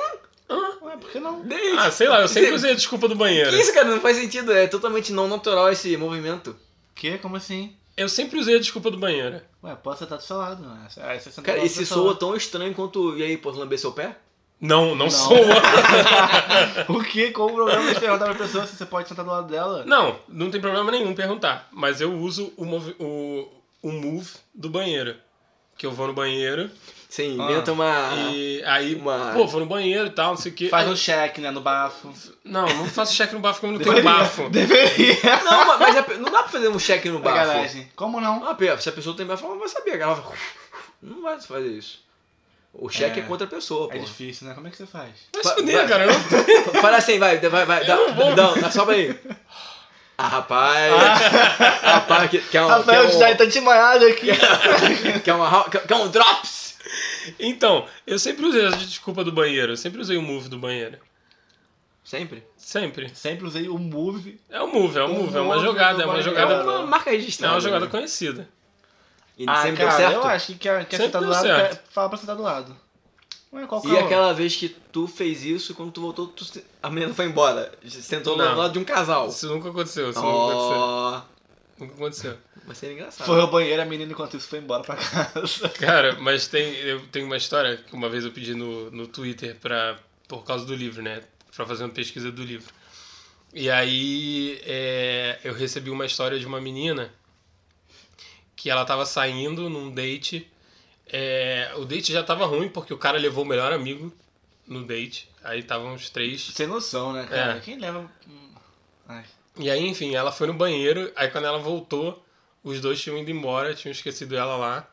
Ué, por que não?
deixa.
Ah, sei lá, eu sempre
Você-
usei a desculpa do banheiro.
Que isso, cara? Não faz sentido. É totalmente não natural esse movimento.
Que? Como assim?
Eu sempre usei a desculpa do banheiro.
Ué, posso sentar do seu lado? né? Aí você senta do
Cara,
lado
esse
da
soa
pessoa.
tão estranho quanto... E aí, posso lamber seu pé?
Não, não,
Não.
soa.
O que? Qual o problema de perguntar pra pessoa se você pode sentar do lado dela?
Não, não tem problema nenhum perguntar. Mas eu uso o, movi- o, o move do banheiro. Que eu vou no banheiro
Você inventa uma...
Ah. e aí,
Ah, uma-
pô, vou no banheiro e tal, não sei o que.
Faz um check, né, no bafo.
Não, não faço cheque no bafo, porque eu não tenho bafo.
Deveria.
Não, ma- mas é- não dá pra fazer um check no bafo.
Sacanagem. Como não?
Ah, pe- se a pessoa tem bafo, ela não vai saber. Ela vai... Não vai fazer isso. O cheque é,
É.
contra a pessoa, pô.
É difícil, né? Como é que você faz?
Mas
Vai-
fuder,
vai.
cara, eu não
Fala assim, vai, vai, vai. Dá, dá, dá, sobe aí. Ah, rapaz. rapaz, que- quer um...
Rafael
quer
Design tá de manhada aqui.
um, quer, uma, quer, quer um drops?
Então, eu sempre usei a desculpa do banheiro. Eu sempre usei o move do banheiro.
Sempre.
Sempre.
Sempre usei o move.
É o move, é o
O
move, é uma
move
jogada,
do
é uma
banheiro.
É
jogada.
uma marca
É
registrada.
uma jogada
né?
conhecida.
E
Ah,
sempre
cara,
deu certo?
eu acho que quer, quer
Sempre
sentar do
deu
lado,
certo.
quer, fala pra sentar do lado. Ué, qual que
E
é o-
aquela vez que tu fez isso, quando tu voltou, tu se- a menina foi embora. Sentou
Não.
do lado de um casal.
Isso nunca aconteceu, isso nunca aconteceu.
Ó,
Nunca aconteceu.
vai ser engraçado.
Foi ao banheiro, a menina enquanto isso foi embora pra casa.
Cara, mas tem, eu tenho uma história que uma vez eu pedi no, no Twitter pra, por causa do livro, né? Pra fazer uma pesquisa do livro. E aí é, eu recebi uma história de uma menina que ela tava saindo num date. É, o date já tava ruim porque o cara levou o melhor amigo no date. Aí estavam os três.
Sem noção, né, cara?
É.
Quem leva. hum, ai.
E aí, enfim, ela foi no banheiro. Aí quando ela voltou, os dois tinham ido embora, tinham esquecido ela lá.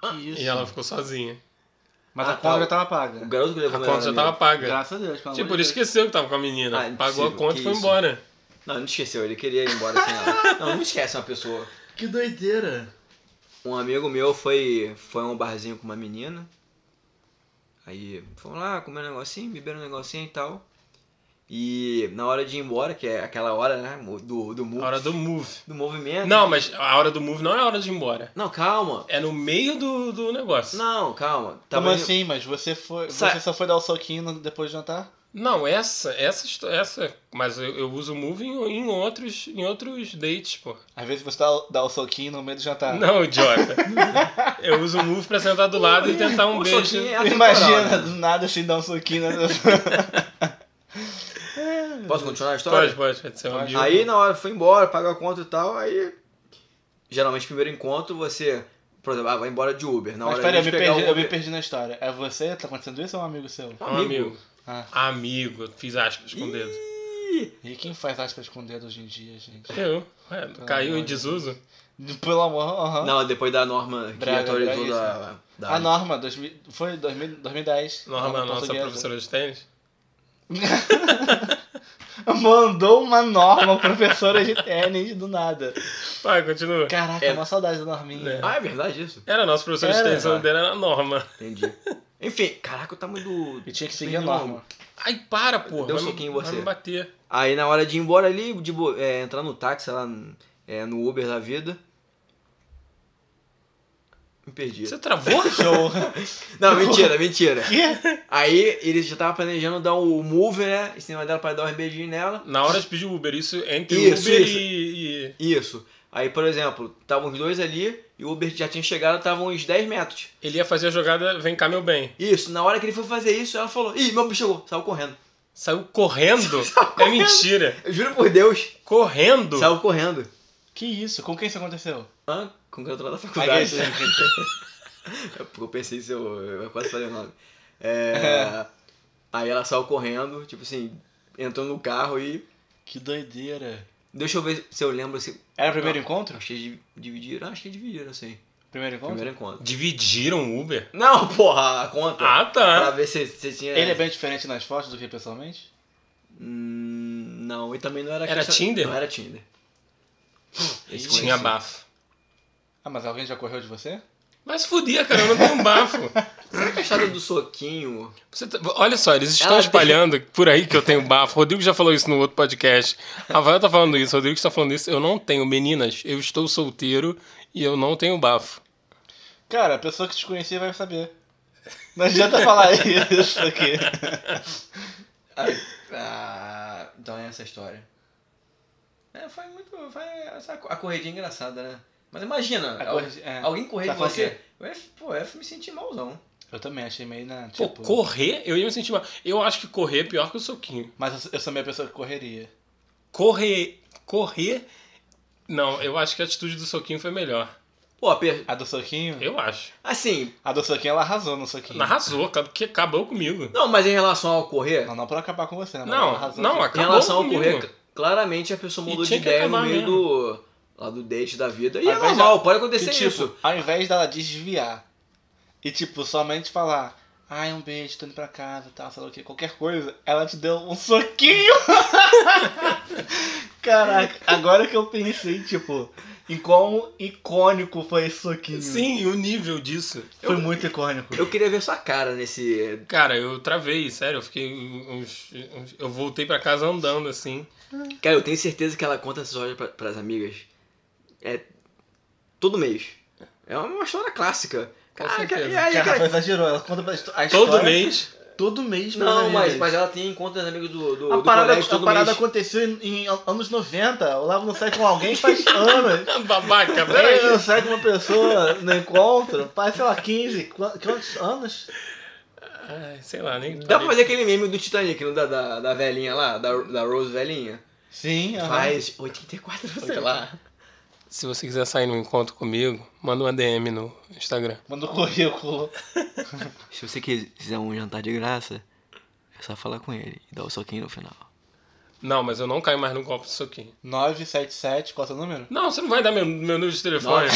Que isso.
E ela ficou sozinha.
Ah, Mas
Ah,
a conta
tá.
já tava
O
paga.
garoto que levou
A
melhor
conta já
amigo.
tava paga.
Graças a Deus, pelo
Tipo,
amor
ele
de Deus.
esqueceu que tava com a menina.
Ah,
Pagou a
impossível,
conta e
que
foi
isso.
embora.
Não, não esqueceu, ele queria ir embora sem ela. Não, não esquece uma pessoa.
Que doideira.
Um amigo meu foi, foi a um barzinho com uma menina. Aí foram lá comer um negocinho, beberam um negocinho e tal. E na hora de ir embora, que é aquela hora, né? Do, do, move,
Hora do move.
do movimento.
Não, mas a hora do move não é a hora de ir embora.
Não, calma.
É no meio do, do negócio.
Não, calma. Tá
Como
Tava indo-
assim? Mas você foi.
Sa-
Você só foi dar o soquinho no- depois de jantar?
Não, essa, essa, histó- essa. Mas eu, eu uso o move em, em outros, em outros dates, pô.
Às vezes você dá, o- dá o soquinho no meio do
Tá.
jantar.
Não, idiota. eu uso o move pra sentar do lado e tentar um
O
beijo.
soquinho é atemporal,
Imagina,
né?
do nada assim, dá um soquinho. na-
Posso continuar a história?
Pode, pode, pode ser um amigo.
Aí na hora foi embora, pagou a conta e tal, aí. Geralmente, primeiro encontro, você. Por exemplo, ah, vai embora de Uber. Na
Mas
hora
peraí, eu,
de
me
pegar
perdi-
o
eu me
Uber.
perdi na história. É você? Tá acontecendo isso ou é um amigo seu?
um amigo.
Ah.
Amigo, fiz aspas com o dedo.
E quem faz aspas com o dedo hoje em dia, gente?
Eu. Ué, caiu em desuso?
Pelo amor, aham.
Não, depois da norma que
Braga,
atualizou
Braga,
da.
A
da...
norma, 2000, foi 2000, 2010.
é
Norma, nossa
portuguesa.
professora de tênis?
Mandou uma norma, professora de tênis, do nada.
Vai, continua.
Caraca,
É.
uma saudade da norminha.
Ah, é verdade isso.
Era nosso professor de
Era.
tênis, o nome dele era Norma.
Entendi. Enfim, caraca, o tamanho do.
E tinha que seguir a norma.
Ai, para, porra.
Deu um
vai me-
soquinho em você.
Vai me bater.
Aí na hora de ir embora ali, de bo- é, entrar no táxi, sei lá, é, no Uber da vida. Me perdi.
Você travou?
Show.
Não, mentira, mentira.
Quê?
Aí ele já tava planejando dar o move, né? Em cima dela pra dar um beijinho nela.
Na hora de pedir Uber, isso entre
Isso,
Uber
isso.
e. e-
Isso. Aí, por exemplo, estavam os dois ali e o Uber já tinha chegado, estavam uns 10 metros.
Ele ia fazer a jogada Vem cá, meu bem.
Isso, na hora que ele foi fazer isso, ela falou: Ih, meu bicho chegou, saiu correndo.
Saiu correndo? é mentira.
Eu juro por Deus,
Correndo?
saiu correndo.
Que isso? Com quem isso aconteceu?
Hã? Com que eu tô lá da
Ai,
faculdade. É
gente.
Porque eu pensei se eu, eu quase falei o nome. É, Aí ela saiu correndo, tipo assim, entrou no carro e.
que doideira.
Deixa eu ver se eu lembro se.
Era o primeiro encontro?
Acho que eles dividiram, acho que dividiram, assim.
Primeiro encontro?
Primeiro encontro.
Dividiram Uber?
Não, porra, a conta.
Ah,
Pra
tá.
ver se você tinha.
Ele é bem diferente nas fotos do que pessoalmente?
Hum, não, e também não era.
Era Tinder?
Não era Tinder. Esse
Tinha
conheci.
bafo.
Ah, mas alguém já correu de você?
Mas fudia, cara, eu não tenho um bafo.
Será que a história do soquinho.
Você tá- Olha só, eles estão
Ela
espalhando por aí que eu tenho bafo. Rodrigo já falou isso no outro podcast. A Rafael tá falando isso, Rodrigo está falando isso. Eu não tenho. Meninas, eu estou solteiro e eu não tenho bafo.
Cara, a pessoa que te conhecia vai saber. Não adianta falar isso aqui.
Ah, então é essa a história. É, foi muito. Foi essa, a corridinha engraçada, né? Mas imagina, al-
Agora, é,
alguém correr
Tá
de
falando
você. Eu ia, pô, eu ia me sentir malzão.
eu também achei meio na.
Pô,
Tipo,
correr? Eu ia me sentir mal. Eu acho que correr é pior que o soquinho.
Mas eu, eu sou meio pessoa que correria.
Correr. Correr. Não, eu acho que a atitude do soquinho foi melhor.
Pô, per...
A do soquinho?
Eu acho.
assim,
A do soquinho ela arrasou no soquinho.
Arrasou, cara, porque acabou comigo.
não, mas em relação ao correr,
Não, não pra acabar com você, né? Mas ela
Não,
arrasou
não,
aqui.
em
acabou
relação ao
comigo.
correr, c- claramente a pessoa
E
mudou de
tinha que
ideia no
acabar
meio
mesmo.
do. lá do date da vida. E
Ao
é
invés de-
normal, pode acontecer
E, tipo,
isso.
ao invés dela desviar e, tipo, somente falar, ai, um beijo, tô indo pra casa, tal, sei lá o que, qualquer coisa, ela te deu um soquinho. Caraca, agora que eu pensei, tipo, em como icônico foi esse soquinho.
Sim, e o nível disso.
Foi muito icônico.
Eu queria ver sua cara nesse.
Cara, eu travei, sério, eu fiquei uns- uns- Eu voltei pra casa andando, assim.
Cara, eu tenho certeza que ela conta essa história pra, pras amigas. É. Todo mês. É uma história clássica.
Com
Caraca,
certeza.
e aí,
Cara,
cara?
foi exagerou, ela conta pra histó- a história
Todo mês.
todo mês pras
Não, mas,
amigas.
mas ela tem encontros amigos do, do,
A
do
parada,
colégio
a
todo
parada
mês.
aconteceu em, em anos 90. O Lavo não sai com alguém faz anos.
Babaca,
Peraí,
peraí.
É.
eu saio com uma pessoa no encontro, faz, sei lá, 15, qu- quantos anos?
Ai, sei lá, nem.
Dá pra fazer aquele meme do Titanic, não? Da, da, da velhinha lá, da, da Rose velhinha.
Sim,
Faz 84, sei lá.
Se você quiser sair num encontro comigo, manda uma DM no Instagram.
Manda o currículo.
Se você quiser um jantar de graça, é só falar com ele e dar o soquinho no final.
Não, mas eu não caio mais no golpe do soquinho.
977, qual é o seu número?
Não, você não vai dar meu, meu número de telefone.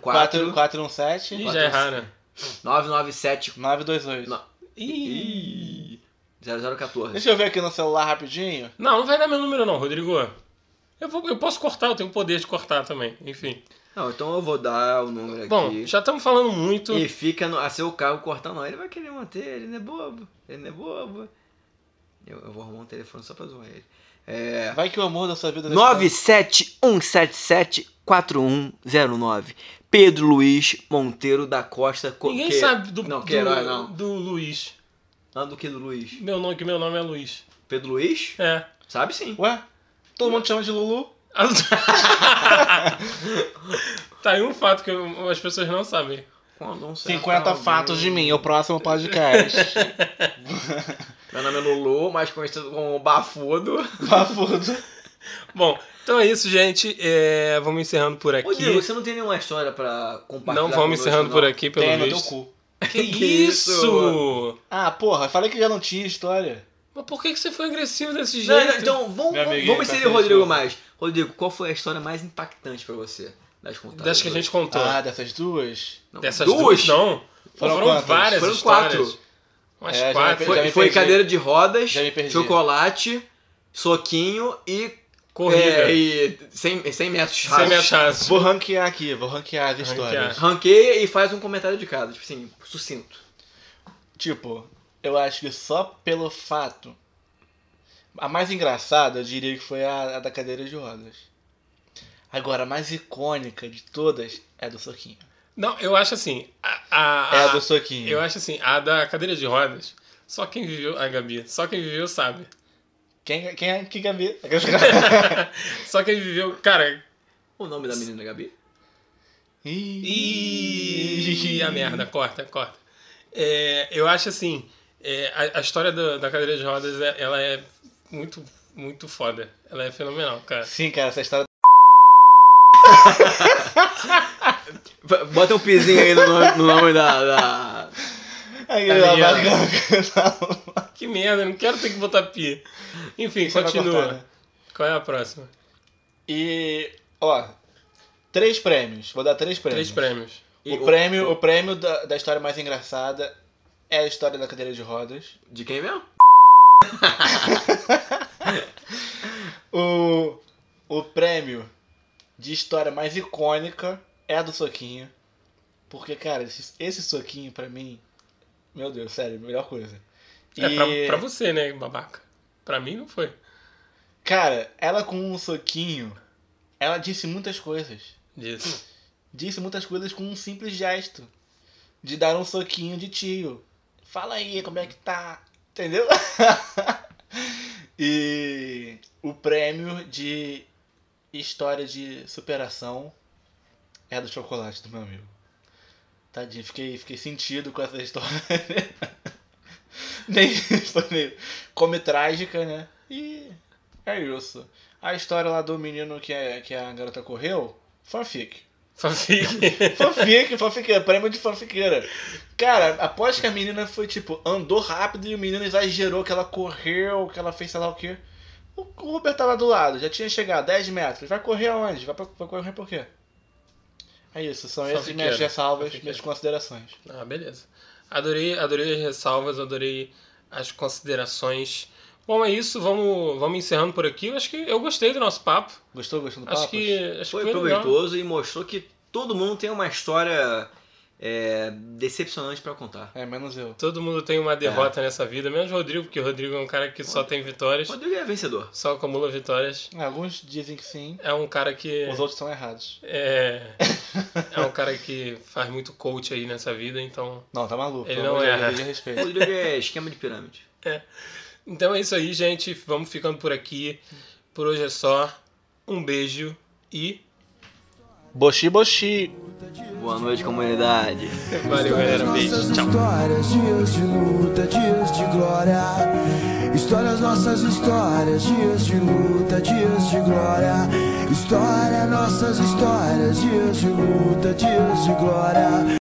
97714
4417
Ih, já é erraram.
997
928.
Não.
Ih.
Ih, 0014.
Deixa eu ver aqui no celular rapidinho.
Não, não vai dar meu número não, Rodrigo. Eu, vou- eu posso cortar, eu tenho o poder de cortar também. Enfim.
Não, então eu vou dar o número
Bom,
aqui.
já estamos falando muito.
E fica no- a seu cargo cortando. Ele vai querer manter, ele não é bobo. Ele não é bobo. Eu, eu vou arrumar um telefone só pra zoar ele. É.
Vai que o amor da sua vida...
971774109. Pedro Luiz Monteiro da Costa Coqueiro.
Ninguém sabe do,
Não,
do,
Queiroz, não.
do Luiz.
Ah, do que do Luiz?
Meu nome, que meu nome é Luiz.
Pedro Luiz?
É.
Sabe sim.
Ué? Todo mundo te chama de Lulu?
tá aí um fato que eu- as pessoas não sabem.
Quando um certo
50
alguém-
fatos de mim, é o próximo podcast.
Meu nome é Lulu, mais conhecido como Bafudo.
Bafudo.
Bom, então é isso, gente. É, vamos encerrando por
Ô, Diego,
aqui.
você não tem nenhuma história pra compartilhar
Não vamos
conosco,
encerrando
não?
por aqui, pelo
Tem no teu
visto.
cu.
Que
Que
isso?
Ah, porra, falei que já não tinha história.
Mas por que que você foi agressivo desse
Não,
jeito?
não, então, vamos,
Meu
vamos,
amiguinho,
vamos inserir o
tá
Rodrigo
fechado.
mais. Rodrigo, qual foi a história mais impactante pra você? Das contadas.
Das que a gente contou.
Ah, dessas duas?
Não,
Dessas
duas?
duas, não. Foram,
Foram quantas?
várias
Foram
histórias.
quatro.
Umas
É, já
quatro. Foi
me- já
Foi,
me
foi
perdi.
cadeira de rodas,
Já me perdi.
chocolate, soquinho e.
corrida.
É, e 100, 100 metros.
Sem me
rasos.
achasse.
Vou ranquear aqui, vou ranquear as
Ranquear.
histórias.
Ranqueia e faz um comentário de cada, tipo assim, sucinto.
Tipo, eu acho que só pelo fato. A mais engraçada, eu diria que foi a, a da cadeira de rodas. Agora, a mais icônica de todas é a do soquinho.
Não, eu acho assim. A, a-
é a
a-
do soquinho.
Ah, eu acho assim, a da cadeira de rodas. Só quem viveu, a Gabi, só quem viveu sabe.
Quem, quem é que Gabi?
só quem viveu, cara,
O nome da menina, Gabi?
Ih, a merda, corta, corta. É, eu acho assim, é, a, a história do- da cadeira de rodas, é- ela é muito, muito foda. Ela é fenomenal, cara.
Sim, cara, essa história.
V- Bota um pizinho aí no nome, no nome da, da-
Aí,
Tá
ela
ligado?
vai-
Que merda, eu não quero ter que botar pi. Enfim,
Você vai
continua.
cortar, né?
Qual é a próxima?
E, ó, três prêmios. Vou dar três prêmios.
Três prêmios.
E
O prêmio, o prêmio da, da história mais engraçada é a história da cadeira de rodas.
De quem mesmo?
O, o prêmio de história mais icônica é a do soquinho. Porque, cara, esse, esse soquinho pra mim, meu Deus, sério, melhor coisa.
É
E,
pra, pra você, né, babaca? Pra mim não foi.
cara, ela com um soquinho, ela disse muitas coisas.
Disso.
disse muitas coisas com um simples gesto. De dar um soquinho de tio. Fala aí, como é que tá? Entendeu? e o prêmio de história de superação é do chocolate do meu amigo. Tadinho, fiquei, fiquei sentido com essa história. Nem foi meio come trágica, né? E é isso. A história lá do menino que, é, que a garota correu, fanfic.
Fanfic.
Fanfic, fanfiqueira, prêmio de fanfiqueira. Cara, após que a menina foi, tipo, andou rápido e o menino exagerou, que ela correu, que ela fez sei lá o quê. O Uber tava do lado, já tinha chegado, 10 metros. Vai correr aonde? Vai, pra- vai correr por quê? É isso, são essas
Fanfiqueira,
minhas ressalvas,
fanfiqueira.
minhas considerações.
Ah, beleza. Adorei, adorei as ressalvas, adorei as considerações. Bom, é isso. Vamos, vamos encerrando por aqui. Eu acho que eu gostei do nosso papo.
Gostou, gostou do papo?
Acho que, acho
Foi
que foi legal.
proveitoso e mostrou que todo mundo tem uma história é, decepcionante pra contar.
É, menos eu.
Todo mundo tem uma derrota
É.
nessa vida, menos o Rodrigo, porque o Rodrigo é um cara que só tem vitórias,
Rodrigo é vencedor.
só acumula vitórias.
É, Alguns dizem que sim,
É um cara que
os outros estão errados.
é, é um cara que faz muito coach aí nessa vida, então
Não, tá maluco.
Ele
pelo
não
amor de
erra.
Deus, de respeito.
Rodrigo é esquema de pirâmide.
Então é isso aí, gente. Vamos ficando por aqui. Por hoje é só. Um beijo e
Boxi, boxi.
Boa noite, comunidade.
valeu, galera. Um Beijo.
Nossas
Tchau.
histórias, dias de luta, dias de glória. Histórias, nossas histórias, dias de luta, dias de glória. História, nossas histórias, dias de luta, dias de glória.